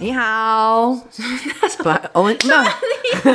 你好，不， 我 们没有，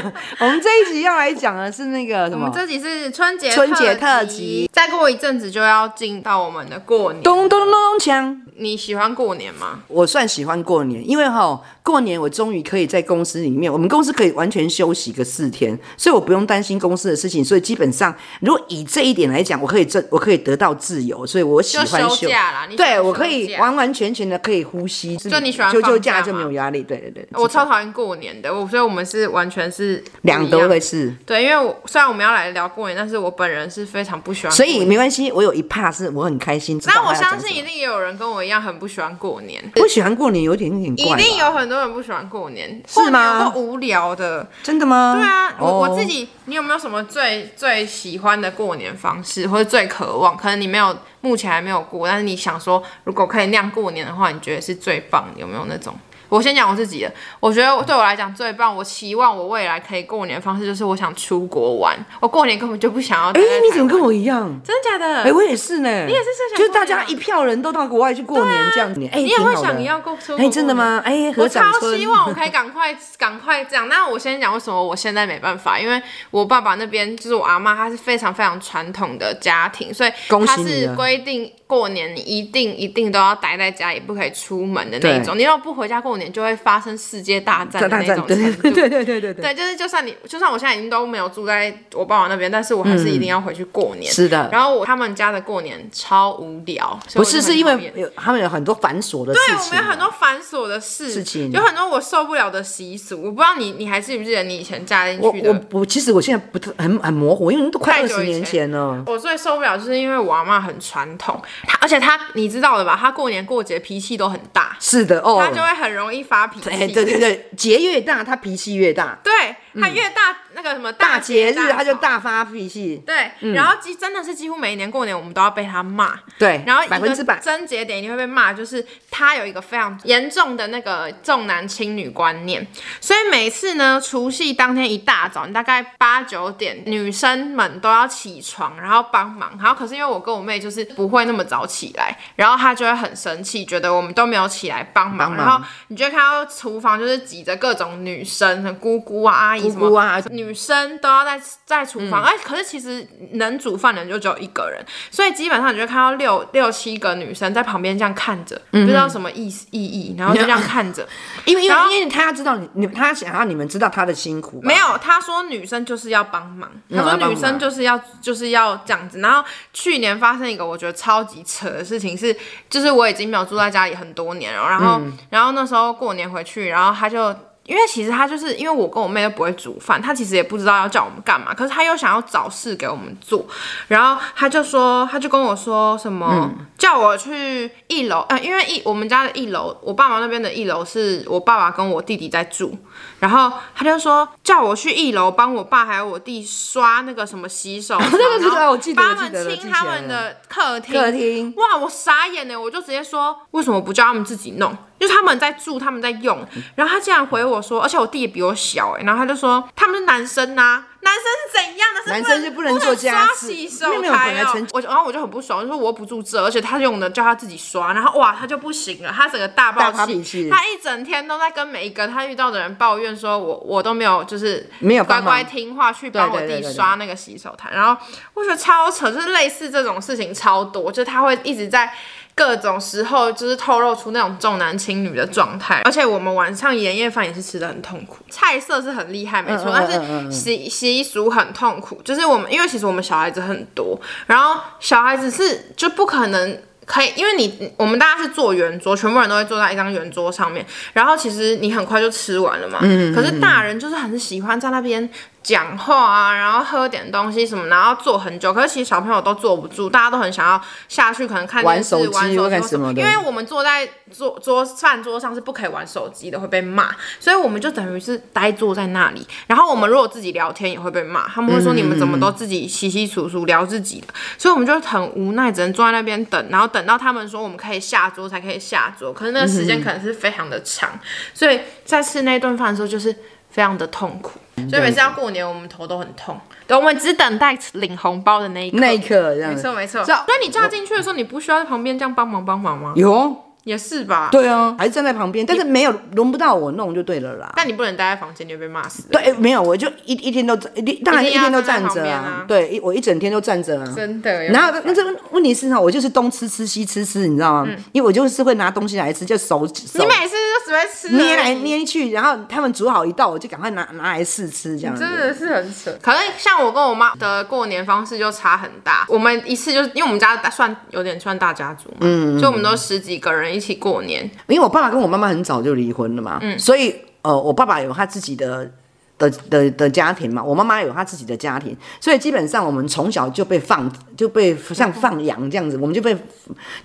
我们这一集要来讲的是那个什我么们这集是春节春节特辑辑，再过一阵子就要进到我们的过年。咚咚咚咚咚锵。你喜欢过年吗？我算喜欢过年，因为哈，过年我终于可以在公司里面，我们公司可以完全休息个四天，所以我不用担心公司的事情，所以基本上如果以这一点来讲，我可以这我可以得到自由，所以我喜就欢休休假啦，你喜欢对，我休可以假完完全全的可以呼吸，就你喜欢就就放假假就没吗有压力，对对对，我超讨厌过年的，我所以我们是完全是两不一个样回事。对，因为我虽然我们要来聊过年，但是我本人是非常不喜欢过所年。以没关系，我有一 part 是我很开心。知道那他我要讲相信什一么定也有人跟我一样很不喜欢过年，不喜欢过年有点有点一怪吧，定有很多人不喜欢过年，是吗过年有个无聊的，真的吗？对啊，我、哦我自己，你有没有什么最最喜欢的过年方式，或者最渴望？可能你没有，目前还没有过，但是你想说，如果可以那样过年的话，你觉得是最棒的？有没有那种？我先讲我自己的，我觉得对我来讲最棒，我期望我未来可以过年的方式就是我想出国玩，我过年根本就不想要待哎在台湾。，你怎么跟我一样？真的假的？哎、我也是呢，你也啊是设想就是过大年家啊一票人都到国外去过年这样子，哎、你也挺会好的想要过出国哎、真的吗？哎、我合超掌村希望我可以赶快 赶快这样。那我先讲为什么我现在没办法，因为我爸爸那边就是我阿妈，她是非常非常传统的家庭，所以恭喜她你啊是了规定过年你一定一定都要待在家里，不可以出门的那一对种。你要不回家过年，就会发生世界大战的大那战，种程对度。对对对对对对，对，就是就算你，就算我现在已经都没有住在我爸爸那边，但是我还是一定要回去过年。是的然后我他们家的过年超无聊，所以不我就是很是因讨为厌有他们有很多繁琐的事对，情，我们有很啊多繁琐的事事情有很多我受不了的习俗。我不知道你，你还记不记得你以前嫁进我去我的？我其实我现在不太很很模糊，因为都快太二久十以年前前了。我最受不了就是因为我阿妈很传统，她而且她你知道的吧？她过年过节脾气都很大，是的哦，她就会很容易发脾气。哎、对对对，节越大，他脾气越大，对她越大、那个什么大节节日他就吵。大发脾气，对，然后几真的是几乎每一年过年我们都要被她骂。对，然后百分之百，症结点一定会被骂，就是他有一个非常严重的那个重男轻女观念，所以每次呢，除夕当天一大早，你大概八九点，女生们都要起床，然后帮忙。然后可是因为我跟我妹就是不会那么早起来，然后她就会很生气，觉得我们都没有起来帮忙。帮忙然后你就会看到厨房就是挤着各种女生，什么姑姑啊、阿姨什么姑姑啊女生都要在在厨房，哎、可是其实能煮饭的人就只有一个人，所以基本上你就会看到六六七个女生在旁边这样看着，不知道什么意思意义，然后就这样看着。因为因然后为因为他知道你你他想要你们知道他的辛苦吧，没有，他说女生就是要帮忙，他要说帮女生忙就是要就是要这样子。然后去年发生一个我觉得超级扯的事情是，就是我已经没有住在家里很多年了，然后、嗯然后那时候过年回去，然后他就。因为其实他就是因为我跟我妹都不会煮饭，他其实也不知道要叫我们干嘛，可是他又想要找事给我们做，然后他就说，他就跟我说什么，嗯叫我去一楼，呃，因为一我们家的一楼，我爸妈那边的一楼是我爸爸跟我弟弟在住，然后他就说叫我去一楼帮我爸还有我弟刷那个什么洗 手槽，那个是哦然后我记得帮我他记得了们记起清他来们了的客厅，客厅哇，我傻眼呢，我就直接说为什么不叫他们自己弄？就是他们在住，他们在用。然后他竟然回我说，而且我弟也比我小哎，然后他就说他们是男生呐、男生是怎样？男男生生就不不能能做家刷事洗手因为没有本台来哦成。我就然后我就很不爽，我就说我不住这，而且他用的叫他自己刷，然后哇他就不行了，他整个大大爆发脾气气，他一整天都在跟每一个他遇到的人抱怨说我我都没有就是没有帮乖忙乖听话去帮我对对对弟对对刷那个洗手台，然后我觉得超扯，就是类似这种事情超多，就是他会一直在。各种时候就是透露出那种重男轻女的状态，而且我们晚上年夜饭也是吃的很痛苦，菜色是很厉害没错，嗯嗯但嗯嗯是习习俗很痛苦，就是我们因为其实我们小孩子很多，然后小孩子是就不可能。可以，因为你我们大家是坐圆桌，全部人都会坐在一张圆桌上面，然后其实你很快就吃完了嗯嘛。可是大人就是很喜欢在那边讲话啊，然后喝点东西什么，然后坐很久。可是其实小朋友都坐不住，大家都很想要下去，可能看玩电视、手机玩或手干机什么的因为我们坐在桌桌饭桌上是不可以玩手机的，会被骂，所以我们就等于是呆坐在那里。然后我们如果自己聊天也会被骂，他们会说你们怎么都自己稀稀疏疏聊自己的，所以我们就很无奈，只能坐在那边等，然后等到他们说我们可以下桌才可以下桌，可是那个时间可能是非常的长，所以在吃那顿饭的时候就是非常的痛苦。所以每次要过年，我们头都很痛，对，我们只等待领红包的那一刻。那一刻这样没子错，没错，这样所以你嫁进去的时候，你不需要在旁边这样帮忙帮忙吗？有。也是吧？对啊，还是站在旁边，但是没有轮不到我弄就对了啦。但你不能待在房间，你会被骂死。对，哎没有，我就一一天都站，一定当然一一定要天都站站在着旁边啊对，一我一整天都站着啊。真的有然后那这个问题是哈，我就是东吃吃西吃吃，你知道吗？因为我就是会拿东西来吃，就手手嗯你每次就只会吃而已捏来，捏去，然后他们煮好一道，我就赶快拿拿来试吃这样子。真的是很扯。可是像我跟我妈的过年方式就差很大，我们一次就是因为我们家大算有点算大家族嘛，嗯，就我们都十几个人一起过年，因为我爸爸跟我妈妈很早就离婚了嘛，所以呃，我爸爸有他自己的。的的的家庭嘛，我妈妈有她自己的家庭，所以基本上我们从小就被放就被像放羊这样子，我们就被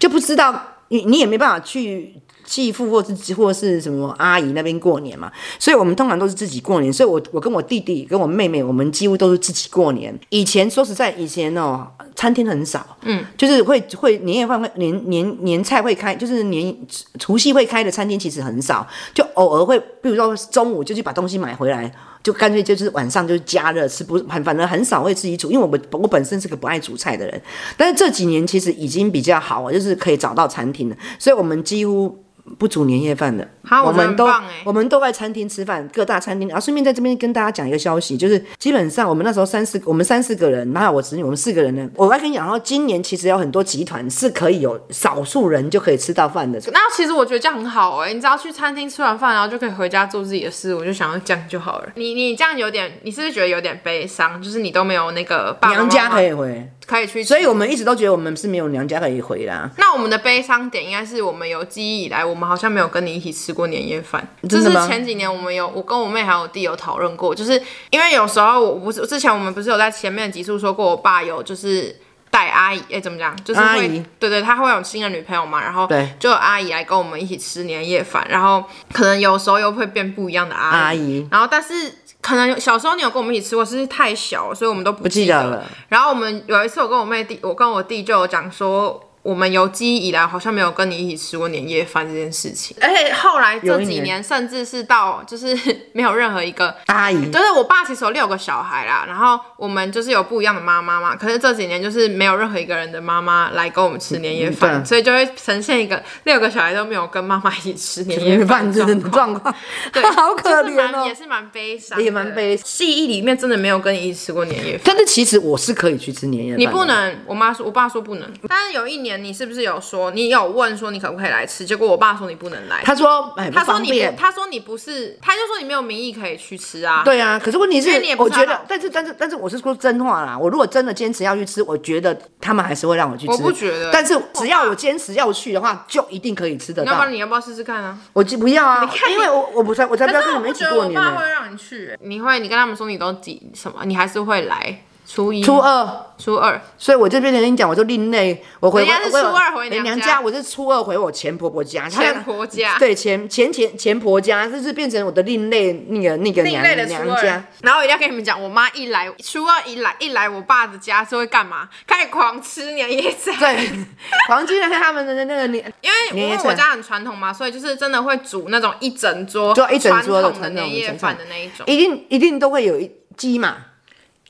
就不知道你你也没办法去继父或是或是什么阿姨那边过年嘛，所以我们通常都是自己过年，所以我我跟我弟弟跟我妹妹，我们几乎都是自己过年。以前说实在，以前哦，餐厅很少，嗯，就是会会年夜饭会年年年菜会开，就是年除夕会开的餐厅其实很少，就偶尔会，比如说中午就去把东西买回来。就干脆就是晚上就是加热吃，不反反而很少会自己煮，因为我们我本身是个不爱煮菜的人，但是这几年其实已经比较好了，就是可以找到餐厅了，所以我们几乎不煮年夜饭的。哈我我觉得很们都棒欸我们都在餐厅吃饭，各大餐厅。然后啊顺便在这边跟大家讲一个消息，就是基本上我们那时候三四，我们三四个人，然后我侄女，我们四个人呢，我来跟你讲，然后今年其实有很多集团是可以有少数人就可以吃到饭的。那其实我觉得这样很好哎、你只要去餐厅吃完饭，然后就可以回家做自己的事，我就想要这样就好了。你你这样有点，你是不是觉得有点悲伤？就是你都没有那个爸爸妈哦妈娘家可以回，可以去吃，所以我们一直都觉得我们是没有娘家可以回啦。那我们的悲伤点应该是我们有记忆以来，我们好像没有跟你一起吃过年夜饭。这真是的吗前几年我们有，我跟我妹还有我弟有讨论过，就是因为有时候我不是之前我们不是有在前面的集数说过，我爸有就是。带阿姨，哎、怎么讲？就是阿会姨，对对，他会有新的女朋友嘛，然后对就有阿姨来跟我们一起吃年夜饭，然后可能有时候又会变不一样的阿阿姨然后但是可能小时候你有跟我们一起吃过，是不是太小了，所以我们都不不记得了。然后我们有一次，我跟我妹弟，我跟我弟就有讲说，我们有记忆以来好像没有跟你一起吃过年夜饭这件事情。而且哎后来这有一几年年，甚至是到就是 没有任何一个。阿姨，就是我爸其实有六个小孩啦，然后我们就是有不一样的妈妈嘛。可是这几年就是没有任何一个人的妈妈来跟我们吃年夜饭，嗯对所以就会呈现一个六个小孩都没有跟妈妈一起吃年夜饭饭这的状种况状况，，对 好可就是怜蛮 哦也。是蛮悲伤的，也蛮悲记忆里面真的没有跟你一起吃过年夜饭。但是其实我是可以去吃年夜饭，你不。能，我妈说，我爸说不能。但是有一年，你是不是有说，你有问说你可不可以来吃？结果我爸说你不能来，他说，哎，不他说方你不便。他说你不是，他就说你没有名义可以去吃啊。对啊，可是问题是因为你也，不我知道觉得，但是但是但是，我是说真话啦。我如果真的坚持要去吃，我觉得他们还是会让我去吃。我不觉得但是只要我坚持要去的话，就一定可以吃得要不到然。你要不要试试看啊？我就不要啊看，你因为我我不才我才不要但是跟我你们不一起觉得过我年爸呢。会让你去、欸你会，你跟他们说你都几什么，你还是会来。初一、初二，初二，所以我这边跟你讲，我就另类，我回人家是我我初二回娘娘家我是初二回我前婆婆家，前婆家对前前前前婆家，就是变成我的另类那个那个另娘类的初娘二家。。然后我一定要跟你们讲，我妈一来，初二一来一来我爸的家是会干嘛？开始狂吃年夜菜。对，黄金人他们的那个年因为年因夜为菜我家很传统嘛，所以就是真的会煮那种一整桌，就一整桌的传传统的统年夜传统饭的那一种，一定一定都会有一鸡嘛，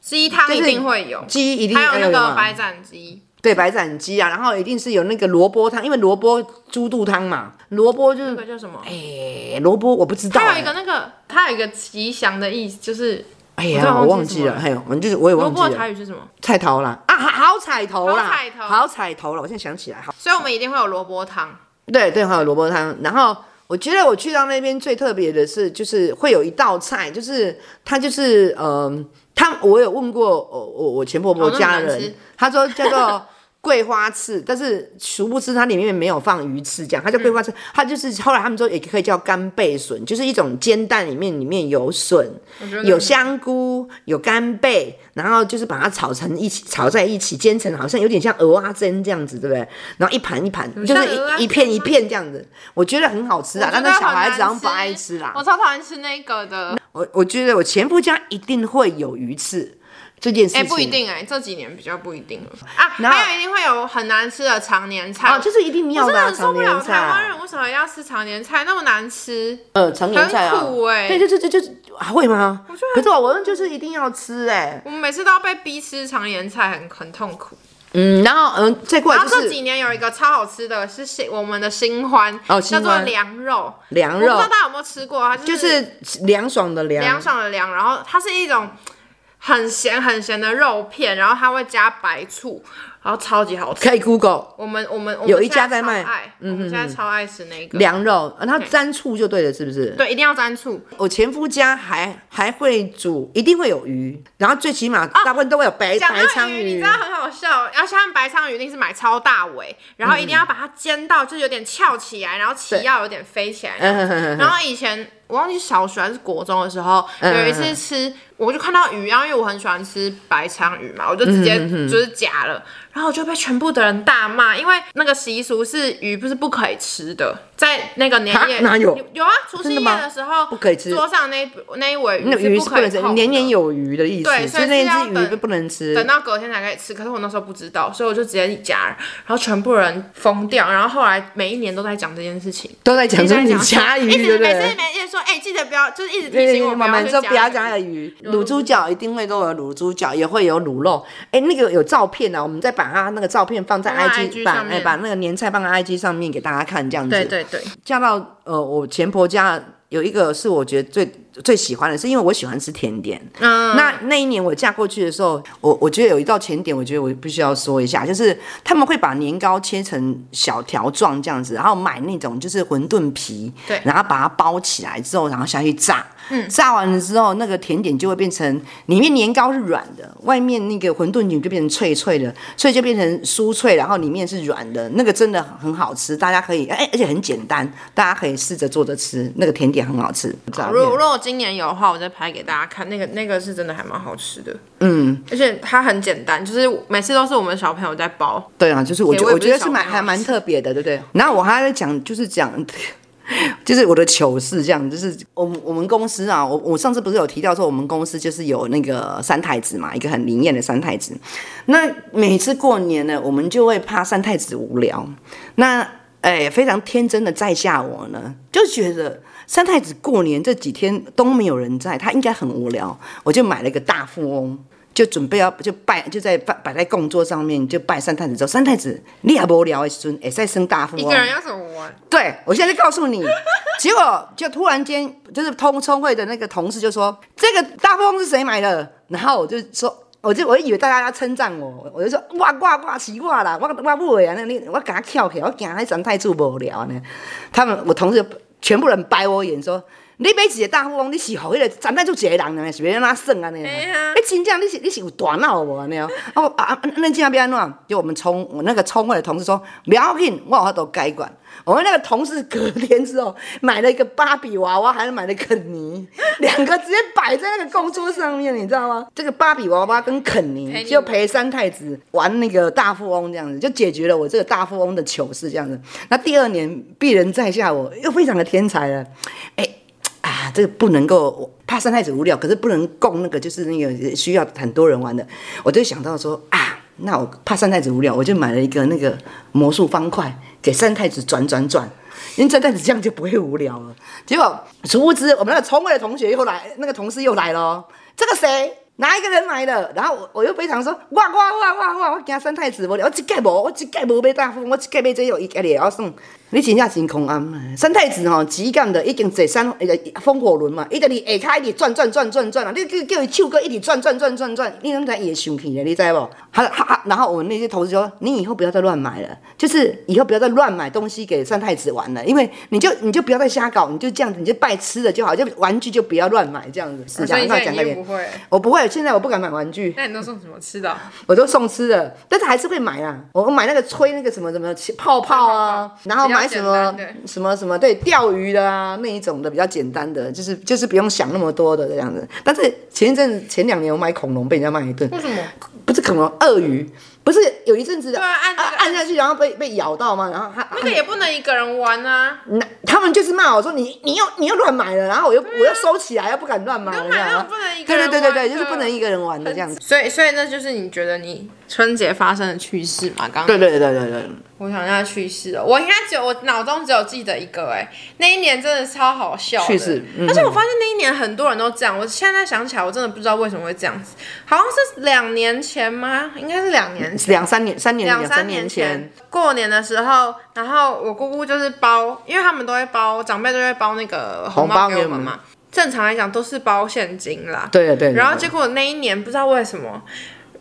鸡汤就一是定会有，鸡一定还有那要个嘛白斩鸡，对白斩鸡啊，然后一定是有那个萝卜汤，因为萝卜猪肚汤嘛，萝卜就那个是叫什么？哎萝卜我不知道、它有哎一个那个，它有一个吉祥的意思，就是哎我突然呀忘我记忘记什么了，还有我们就是我也萝忘记卜了台语是什么？菜头啦啊好好彩头啦好彩头好彩头了，我现在想起来好。所以我们一定会有萝卜汤，对对，还有萝卜汤。然后我觉得我去到那边最特别的是，就是会有一道菜，就是它就是嗯，他我有问过我我我前婆婆哦那家很难人，吃她说叫 做桂花翅，但是殊不知它里面没有放鱼翅，这样它叫桂花翅。嗯它就是后来他们说也可以叫干贝笋，就是一种煎蛋里面里面有笋我觉得，有香菇，有干贝，然后就是把它炒成一起炒在一起煎成，好像有点像鹅蛙蒸这样子，对不对？然后一盘一盘，就像是鹅啊一一片一片这样子，我觉得很好吃啊。但我觉是得小孩很子难好像不爱吃啦我。超讨厌吃那个的，我我觉得我前夫家一定会有鱼翅这件事哎、情，不一定哎、这几年比较不一定了啊，然后还有一定会有很难吃的常年菜，啊，就是一定要我真的啊的很受常不了年台湾菜，人为什么要吃常年菜那么难吃。呃，常年菜啊很苦，欸对对对对，就是啊会吗觉得？可是我我就是一定要吃哎，我们每次都要被逼吃常年菜，很很痛苦。嗯，然后嗯，再过来然后就这是几年有一个超好吃的是新我们的新欢，哦新叫欢做凉肉。凉我肉不知道，大家有没有吃过，它就是是凉爽的凉凉，爽的凉，然后它是一种很咸很咸的肉片，然后它会加白醋，然后超级好吃。可以 Google 我们我们我们有一现在家在卖嗯超爱，我们现在超爱吃那个，凉肉，然后沾醋就对了，是不是？对，一定要沾醋。我前夫家还还会煮，一定会有鱼，然后最起码大部分都会有白、哦讲白到鲳鱼，你知道很好笑，而且他们白鲳鱼一定是买超大尾，然后一定嗯要把它煎到就有点翘起来，然后鳍要有点 飞起来。然后以前我忘记小学还是国中的时候，嗯有一次吃，我就看到鱼，啊然后因为我很喜欢吃白鲳鱼嘛，我就直接嗯就是夹了，然后我就被全部的人大骂，因为那个习俗是鱼不是不可以吃的，在那个年夜哈哪有有啊，除夕真的夜吗的时候不可以吃桌上那一那一尾那鱼鱼是是不可以能碰吃的，年年有余的意思，对所所以以那是要一只鱼等不能吃。等到隔天才可以吃，可是我那时候不知道，所以我就直接一夹，然后全部人疯掉，然后后来每一年都在讲这件事情，都在讲一直说在你讲夹鱼，一对直不每次对？每次说，哎、记得不要，就是一直提对醒我妈妈去说不要夹夹鱼。鱼，卤猪脚一定会都有卤猪脚，也会有卤肉。哎，那个有照片啊，我们再把它那个照片放在放在 IG， IG 把上哎面把那个年菜放在 IG 上面给大家看，这样子。对对对，嫁到呃我前婆家有一个是我觉得最最喜欢的，是因为我喜欢吃甜点。嗯，那那一年我嫁过去的时候，我我觉得有一道甜点，我觉得我必须要说一下，就是他们会把年糕切成小条状这样子，然后买那种就是馄饨皮，对然后把它包起来之后，然后下去炸。嗯，炸完了之后，那个甜点就会变成里面年糕是软的，外面那个馄饨皮就变成脆脆的，所以就变成酥脆，然后里面是软的，那个真的很好吃，大家可以哎，而且很简单，大家可以试着做着吃，那个甜点很好吃。炸如面果如果我今年有的话，我再拍给大家看，那个那个是真的还蛮好吃的，嗯，而且它很简单，就是每次都是我们小朋友在包，对啊，就是我对觉我也我不觉得是是蛮小朋友还蛮特别的，对不对？然后我还在讲，就是讲， 就是我的糗事，这样，就是我们我们公司啊，我我上次不是有提到说，我们公司就是有那个三太子嘛，一个很灵验的三太子。那每次过年呢，我们就会怕三太子无聊，那哎，非常天真的在下我呢，就觉得三太子过年这几天都没有人在，他应该很无聊，我就买了一个大富翁，就准备要就拜，就在摆摆在供桌上面就拜三太子之后，三太子你也无聊的时阵，也在生大富一翁个。人要怎么玩？对，我现在就告诉你，结果就突然间就是通聪慧的那个同事就说这个大富翁是谁买的，然后我就说。我就我以为大家要称赞我，我就说哇哇哇奇怪啦，我我不会啊，那你我给他翘起来，我惊那三太子无聊呢。他们我同事就全部人白我眼说，你买一个大富翁，你是给那个三太子一个人呢，是要哪算啊呢？哎呀你真正你是你是有大脑无安尼哦？啊我啊，啊那这样要安怎？就我们冲我那个冲会的同事说，不要紧，我有法度改管。我们那个同事隔天之后买了一个芭比娃娃，还买了肯尼，两个直接摆在那个供桌上面，你知道吗？这个芭比娃娃跟肯陪尼你就陪三太子玩那个大富翁这样子，就解决了我这个大富翁的糗事这样子。那第二年鄙人在下我，又非常的天才了，哎、啊，这个不能够我怕三太子无聊，可是不能供那个就是那个需要很多人玩的，我就想到说啊，那我怕三太子无聊，我就买了一个那个魔术方块给三太子转转转。因为三太子这样就不会无聊了。结果，殊不知我们那个聪慧的同学又来，那个同事又来了哦。这个谁？哪一个人买的？然后我我又非常说，哇哇哇哇哇！我惊三太子无聊，我一概无，我一概无买大富翁，我一概买这个，伊家己会晓算。你真正真空啊暗。三太子吼、只干的已经坐山呃风火轮嘛，伊在你下骹一直转转转转转啊，你叫叫伊手哥一直转转转转转，你拢知伊会生气的，你知无？他他他，然后我们那些同事就说，你以后不要再乱买了，就是以后不要再乱买东西给三太子玩了，因为你就你就不要再瞎搞，你就这样子，你就拜吃的就好，就玩具就不要乱买这样子。是这哦所以样，你那我现讲快在已经点不。会，我不会，现在我不敢买玩具，那你都送什么吃的？我都送吃的，但是还是会买啊。我我买那个吹那个什么什么泡泡啊，然后买什么比较简单什么什么对钓鱼的啊那一种的比较简单的，就是就是不用想那么多的这样子。但是前一阵子前两年我买恐龙被人家骂一顿，为什么？不是恐龙鳄鱼，不是有一阵子对啊按那个按下去然后被被咬到吗？然后他那个也不能一个人玩啊。那他们就是骂我说你你又你又乱买了，然后我又、我又收起来，又不敢乱买了，你都买那种然后不能一个对人对对对对，玩就是的不能一个人玩的这样子。所以，所以那就是你觉得你春节发生的趣事嘛？刚对对对对对，我想一下趣事哦，我应该只有我脑中只有记得一个哎、那一年真的超好笑的趣事嗯而且我发现那一年很多人都这样，我现在想起来我真的不知道为什么会这样子，好像是两年前吗？应该是两年年前。嗯两三年、三年、两三三年前前，过年的时候，然后我姑姑就是包，因为他们都会包，长辈都会包那个红红包包给给我们我们嘛。正常来讲都是包现金啦，对啊对对对然后结果那一年不知道为什么，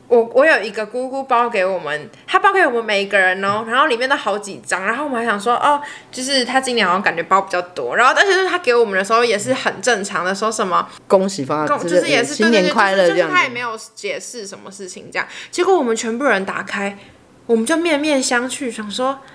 我我有一个姑姑包给我们，她包给我们每一个人哦，然后里面都好几张，然后我们还想说哦，就是她今年好像感觉包比较多，然后但是她给我们的时候也是很正常的，说什么恭喜发，跟我就是也是新年快乐对对这对就是样就是他也子。没有解释什么事情这样。结果我们全部人打开，我们就面面相觑，想说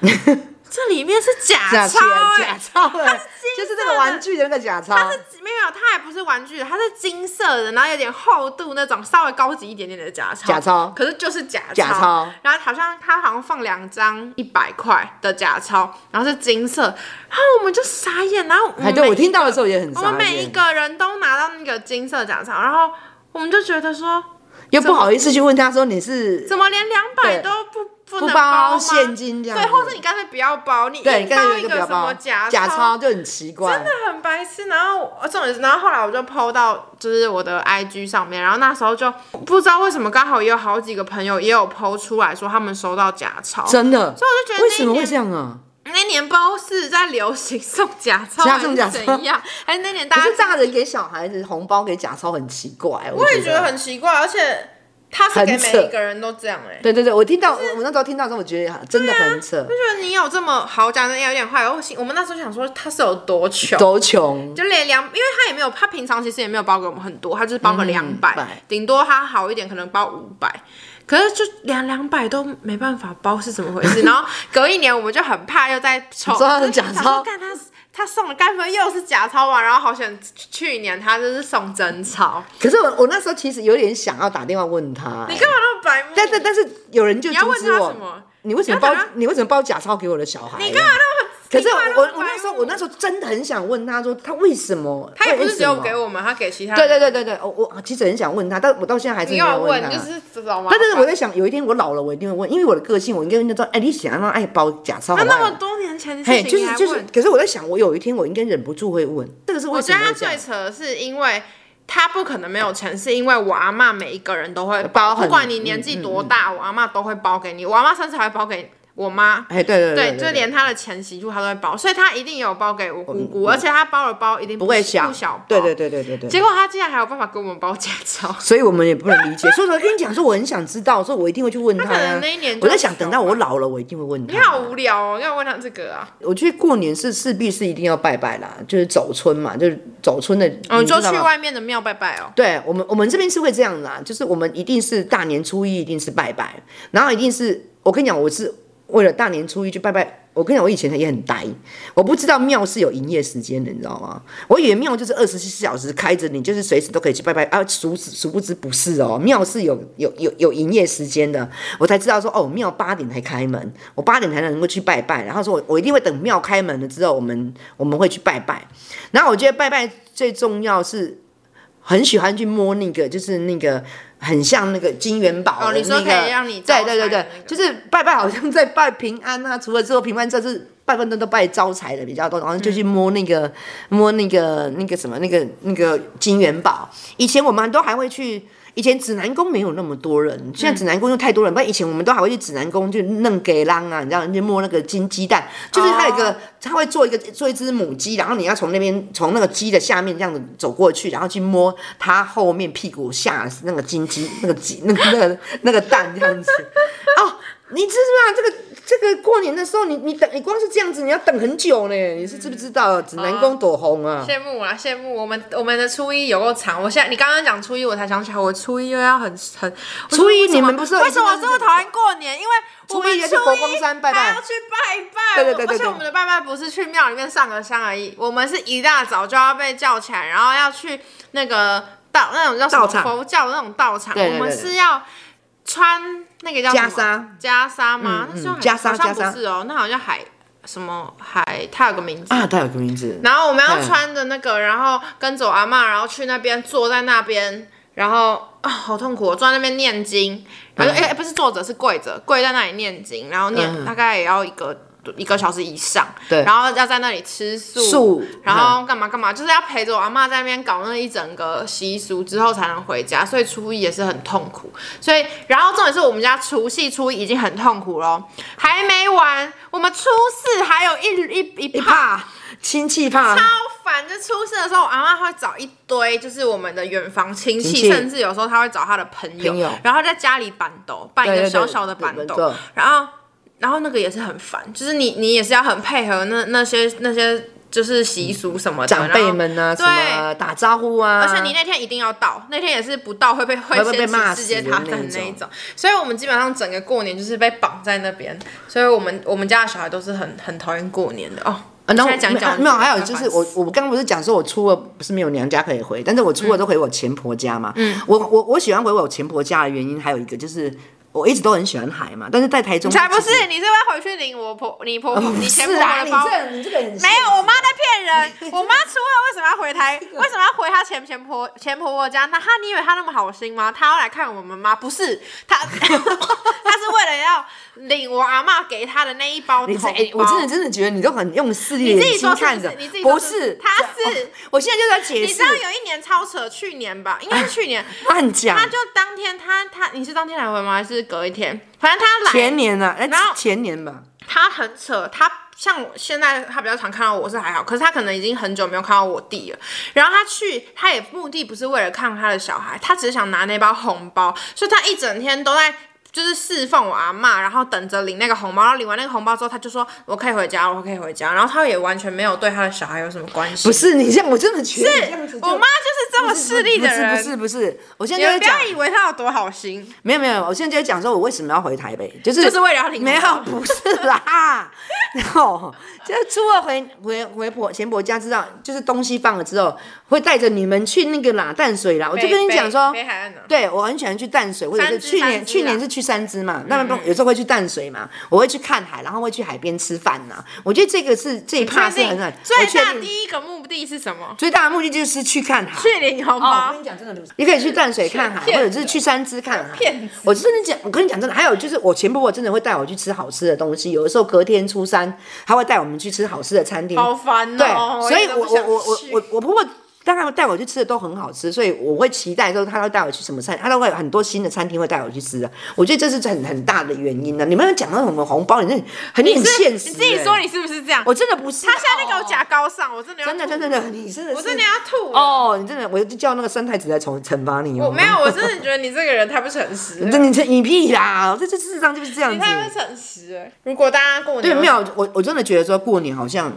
这里面是假假钞钞欸假钞 它哎是，金就是色那个玩的。具的那个假钞，啊它是没有，它还不是玩具，它是金色的，然后有点厚度那种，稍微高级一点点的假钞。假钞可是就是假钞。假钞然后好像它好像放两张一百块的假钞，然后是金色，然后我们就傻眼，然后我哎，们对我每听到的时候也很我傻眼，们每一个人都拿到那个金色假钞，然后我们就觉得说，又不好意思去问他说你是怎么连两对百都不不不能包吗现金这样对子，，或者你干脆不要包，你对，你你刚才包有一一个个表什么包假假钞，钞就很奇怪真的，很白痴。然后呃重点是，然后后来我就 PO 到就是我的 IG 上面，然后那时候就不知道为什么，刚好也有好几个朋友也有 PO 出来说他们收到假钞，所以真的。我就觉得为什么那一会年这样啊？那年包是在流行送假钞，假还送是假钞怎样？还是那年大可家是大人给小孩子红包给假钞很奇怪，我 我也觉得很奇怪，而且他是给很每扯一个人都这样哎、欸。对对对，我听到我我那时候听到的时候，我觉得真的很扯，啊就觉得你有这么好讲的，有点坏。我心我们那时候想说他是有多穷，都穷，就连两，因为他也没有，他平常其实也没有包给我们很多，他就是包个两百、百顶多他好一点可能包五百。可是就两两百都没办法包是怎么回事？然后隔一年我们就很怕又再抽，你说他是假钞想说干他他送的该不会又是假钞吧？然后好险去年他就是送真钞，可是我我那时候其实有点想要打电话问他、哎你干嘛那么白目？但但但是有人就你阻要问止他我什，么？你为什么你要包打你为什么包假钞给我的小孩？你干嘛？那么？可是你干嘛我那我么那时候白目我那时候真的很想问他说他为什么？他也不为是只有什么给。我们，他给其他对人。对对对对，我我其实很想问他，但我到现在还是没你要有问他。就是这种吗？但是我在想，有一天我老了，我一定会问，因为我的个性，我应该问他说：“哎，你想要爱包假钞好那不好那么多年前的事嘿，情，就你还是问就是，可是我在想，我有一天我应该忍不住会问，这个是为我什觉么得哦他会这样最？扯的是因为。他不可能没有钱，是因为我阿妈每一个人都会包很不管你年纪多大，我阿妈都会包给你，我阿妈甚至还会包给我妈，哎，对对对，对，就连她的前媳妇她都会包，所以她一定有包给我姑姑，而且她包的包一定不会小想不小包，对对对对对对。结果她竟然还有办法给我们包假 钞，所以我们也不能理解。所以我跟你讲，说我很想知道，所以我一定会去问他他可呀能那一年。就我在想，等到我老了，我一定会问你好他。无聊哦，要问她这个啊，我觉得过年是势必是一定要拜拜啦，就是走村嘛，就是走村的。哦，嗯你你知道就吗去外面的庙拜拜哦，对我们，我们这边是会这样啦，就是我们一定是大年初一一定是拜拜，然后一定是我跟你讲，我是为了大年初一去拜拜。我跟你讲，我以前也很呆，我不知道庙是有营业时间的，你知道吗？我以为庙就是二十四小时开着，你就是随时都可以去拜拜啊。殊殊不知不是哦，庙是有有有有营业时间的。我才知道说哦，庙八点才开门，我八点才能够去拜拜。然后说我我一定会等庙开门了之后，我们我们会去拜拜。然后我觉得拜拜最重要是很喜欢去摸那个，就是那个很像那个金元宝的那哦个，你说可以让你对招对财对对的那，个就是拜拜好像在拜平安啊，除了之后平安之后是拜拜都都拜招财的比较多，然后就嗯去摸那个、摸那个那个什么那个那个金元宝。以前我们都还会去。以前指南宫没有那么多人，现在指南宫又太多人。不然以前我们都还会去指南宫去弄给浪啊，你知道，去摸那个金鸡蛋，就是它有一个，它会做一个做一只母鸡，然后你要从那边从那个鸡的下面这样子走过去，然后去摸它后面屁股下的那个金鸡那个鸡那个那个那个蛋这样子。哦，你知不知道这个这个过年的时候，你你等你光是这样子，你要等很久呢？你是知不知道？啊指南宫躲红啊。羡慕啦，羡慕我们我们的初一有够长。我现在你刚刚讲初一，我才想起来，我初一又要很很我说初一为什么你们不是为什一么我定这要么讨厌过年？因为我初一们要去初佛光山拜拜还要去拜拜。对对对对对而且我们的拜拜不是去庙里面上个香而已，我们是一大早就要被叫起来，然后要去那个道那种叫什道么场佛教的那种道场，对对对我们对是要穿那个叫袈嗯什么袈裟吗？那时候还袈裟好袈像裟不是哦，那好像海什么海，它有个名字啊，它有个名字。然后我们要嗯穿着那个，然后跟着我阿嬷，然后去那边坐在那边，然后啊、好痛苦哦，我坐在那边念经，然后哎、不是坐着是跪着，跪在那里念经，然后念、嗯大概也要一个一个小时以上，对然后要在那里吃素，素嗯然后干嘛干嘛，就是要陪着我阿妈在那边搞那一整个习俗之后才能回家，所以初一也是很痛苦。所以，然后重点是我们家除夕初一已经很痛苦咯，还没完，我们初四还有一一一一趴。怕亲戚怕超烦！就出事的时候，我阿妈会找一堆，就是我们的远房亲亲戚，戚甚至有时候她会找她的朋友，朋友然后在家里板斗，办一对个对对小小的板没斗，错然后然后那个也是很烦，就是你你也是要很配合那那些那些就是习俗什么的长辈们啊，什然后对么打招呼啊，而且你那天一定要到，那天也是不到会被会会被掀起骂世界死大的那战一那一种种。所以我们基本上整个过年就是被绑在那边，所以我们我们家的小孩都是很很讨厌过年的哦。啊，然后现在讲一讲没有，我就觉得还有很就是烦我我刚刚不是讲说我初二不是没有娘家可以回，但是我嗯初二都回我前婆家嘛。嗯，我我我喜欢回我前婆家的原因还有一个就是我一直都很喜欢海嘛，但是在台中 才不其实是，你是会回去领我婆、你婆婆、不你前嗯是婆啊，婆你的包？这你这个人没有，我妈 在骗人。我妈初二为什么要回台？为什么要回她前前婆前婆婆家？那她你以为她那么好心吗？她要来看我们吗？不是，她 她是为了要领我阿妈给她的那一包你红这包。哎，我真的真的觉得你都很用势利你的自己眼睛说是不看是着你自己，不说是是不是他我是我现在就在解你释知道有一年超扯，去年吧，应该是去年，乱讲她，就当天她她你是当天来回吗？还是隔一天？反正她来前年啊，哎然后前年吧，他很扯，他像我现在他比较常看到我是还好，可是他可能已经很久没有看到我弟了。然后他去，他也目的不是为了看他的小孩，他只是想拿那包红包，所以他一整天都在。就是侍奉我阿妈，然后等着领那个红包，然后领完那个红包之后，他就说我可以回家，我可以回家，然后他也完全没有对他的小孩有什么关系。不，是你这样，我真的觉得你这样子就我妈就是这么势利的人。不是不是不是，我现你在们就不在讲要以为他有多好心，没有没有，我现在就在讲说，我为什么要回台北，就是就是为了要领没有红包不是啦，然后就是初二回回回婆前婆家，知道就是东西放了之后，会带着你们去那个啦淡水啦，我就跟你讲说北。北海岸呢、对，我很喜欢去淡水，或者是三芝去年三芝啊嗯去年啦是去三芝嘛，那么有时候会去淡水嘛，我会去看海，然后会去海边吃饭呐。我觉得这个是这一趴是确很好定，我最确大定第一个目的是什么？最大的目的就是去看海。去领红哦，我包跟。你讲，真的不是，你可以去淡水看海，或骗者人是去三芝看海。骗子我真的讲，我跟你讲真的，还有就是我前婆婆真的会带我去吃好吃的东西，有的时候隔天初三，她会带我们去吃好吃的餐厅。好烦对哦！，所以一直我都不想我我我去我我婆婆。当然带我去吃的都很好吃，所以我会期待说她会带我去什么餐，她都会有很多新的餐厅会带我去吃啊。我觉得这是很很大的原因呢、你们有讲到什么红包，你那很你很是现实、欸你自己说，，你是不是这样？我真的不是。他现在在给我假高尚，我真的要真的真的真的，你真的是我真的要吐了！哦，你真的，我就叫那个三太子来惩惩罚你。哦好我吗没有，我真的觉得你这个人太不诚实你了，这你这你屁啦！这这事实上就是这样你子。太不诚实了。如果大家过年对，没有我我真的觉得说过年好像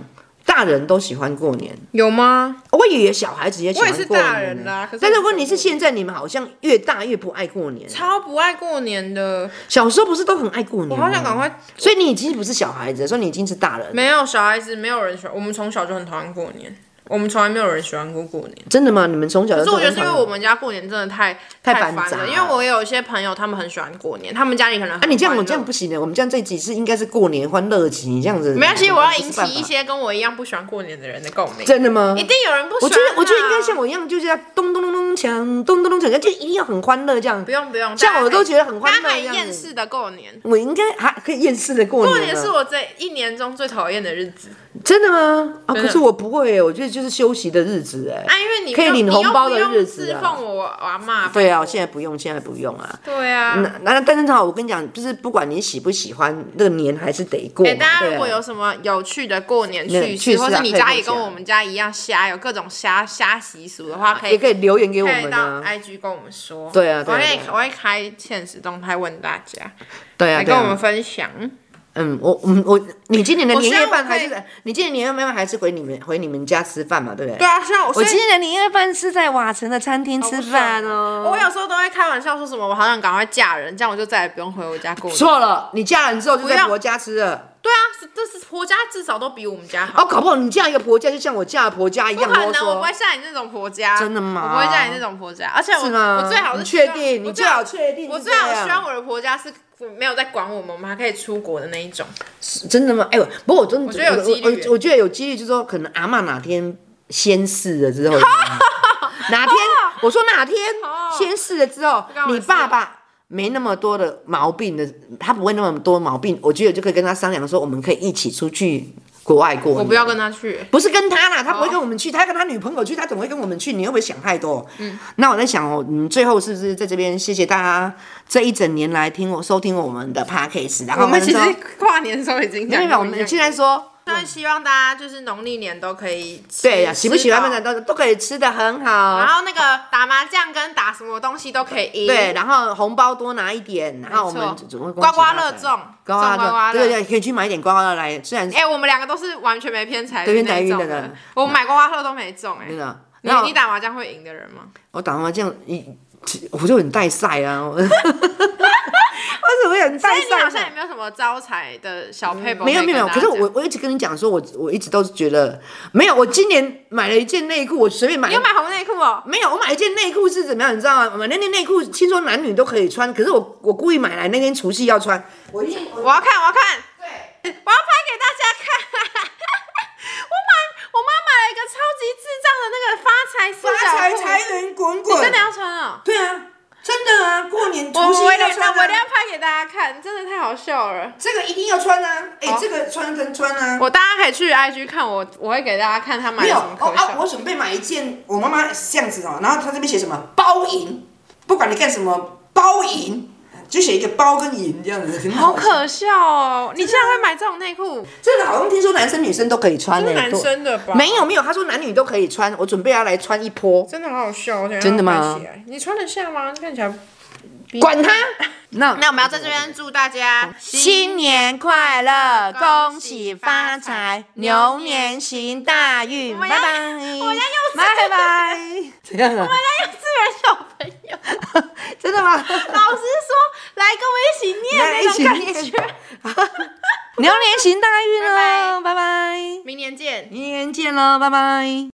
大人都喜欢过年，有吗？我以为小孩子也喜欢我也是过年呢。大人啦可是但是我问题是现在你们好像越大越不爱过年，超不爱过年的，小时候不是都很爱过我年吗？好想赶快。所以你已经不是小孩子了，所以你已经是大人了。没有小孩子，没有人喜欢。我们从小就很讨厌过年，我们从来没有人喜欢过过年。真的吗？你们从小就可是我觉得是因为我啊，们家过年真的太太烦繁杂了，了因为我有一些朋友他们很喜欢过年，他们家里可能啊你这样我这样不行的，我们这样这一集是应该是过年欢乐集，你这样子没关系，嗯我要不是引起办法一些跟我一样不喜欢过年的人的共鸣。真的吗？一定有人不嗯喜我欢觉啊、得，我觉得应该像我一样，就是要咚咚咚咚锵，咚咚咚锵，就一定要很欢乐这样不。用不用，像我都觉得很欢大家乐可一以样。厌世的过年。我应该还可以厌世的过过年年了。是我这一年中最讨厌的日子真的吗？啊，真可的是我不会耶，我觉得就是休息的日子哎。啊，因为你可以又领你红又包不的用日子侍啊奉我阿妈。对啊，现在不用，现在不用啊。对啊。那那但是哈，我跟你讲，就是不管你喜不喜欢，那个年还是得过嘛。哎、大家对啊如果有什么有趣的过年那趣趣事，事啊或是你家可以分也享跟我们家一样瞎，有各种瞎瞎习俗的话，可以啊也可以留言给我可以们到啊。 IG 跟我们说。对啊对啊我对会啊我会开现实动态问大家，对啊，来对哎跟我们啊。分享。嗯，我我我，你今年的我年希望夜饭我还可以是你今年年夜饭还是回你们回你们家吃饭嘛，对不对？对啊，像我我所以今年的年夜饭是在瓦城的餐厅吃饭哦。我有时候都会开玩笑说什么，我好想赶快嫁人，这样我就再也不用回我家过年。错了，你嫁人之后就不在要婆家吃了。对啊，是这是婆家至少都比我们家好。哦，搞不好你嫁一个婆家，就像我嫁的婆家一不样可啰能，我不嗦会。像你那种婆家。真的吗我不会像你那种婆家，而且我是吗我最好是你确希望定我你最好确定是我最好这样希望我的婆家是没有在管我们，我们还可以出国的那一种。真的吗？哎、呦，不过我真的，我觉得有几率我我我觉得有几率，就是说可能阿嬷哪天先试了之 后，哪天我说哪天哦先试了之后干，我你的事爸爸。没那么多的毛病的，他不会那么多毛病，我觉得就可以跟他商量说，我们可以一起出去国外过。我不要跟他去，不是跟他哦啦，他不会跟我们去，他跟他女朋友去，他怎么会跟我们去？你会不会想太多？嗯，那我在想哦，嗯，最后是不是在这边谢谢大家这一整年来听我收听我们的 podcast，然后我们呢其实说 跨年的时候已经没讲有过一没有，样，我们现在说。就是希望大家就是农历年都可以吃对呀，喜不喜欢漫展吃都都可以吃的很饱然好，后那个打麻将跟打什么东西都可以赢，对，，然后红包多拿一点，然后我们没错就就会刮刮恭喜乐大家中刮刮中刮刮乐，乐对对，可以去买一点刮刮乐来，虽然哎、我们两个都是完全没偏财对运偏财那一运种的的人，我买刮刮乐都没中哎、真的，你然后你打麻将会赢的人吗？我打麻将一，我就很带赛啊，我 我怎么会很但带是哎你赛好像呢也？没有什么招财的小配博、嗯没有没有没有，可是我我一直跟你讲说，我我一直都是觉得没有。我今年买了一件内裤，我随便买你有买红内裤哦，没有，我买一件内裤是怎么样，你知道吗？我买那件内裤，听说男女都可以穿，可是我我故意买来那天除夕要穿。我一定我要看我要看，对，我要拍给大家看。 我买我妈买了一个超级智障的那个发财四发角财裤，财源滚你滚。真的要穿哦。对啊，真的啊，过年除我夕我一定要要穿我一定要啊，拍给大家看，真的太好笑了。这个一定要穿啊！哎好，这个穿跟穿啊。我大家可以去 IG 看我，我会给大家看他买没了有什么哦可啊！笑。我准备买一件，我妈妈这样子哦，然后她这边写什么包银，不管你干什么包银，就写一个包跟银这样子，很好好笑。可笑哦！你竟然会买这种内裤，这个好像听说男生女生都可以穿这呢是，男都生的吧？没有没有，他说男女都可以穿，我准备要来穿一波，真的好好笑，我想要真的吗拍起来？你穿得下吗？看起来。管 他。那 那我们要在这边祝大家新年快乐，恭恭喜喜发发财财，牛牛年年行大运，拜拜拜拜，我要用拜拜，怎样 啊？幼稚园小朋友， 真的吗？老师说来跟我一起念来一那 起种感念觉。 牛年行大运喽，拜拜， 明年见。明年见喽，拜拜。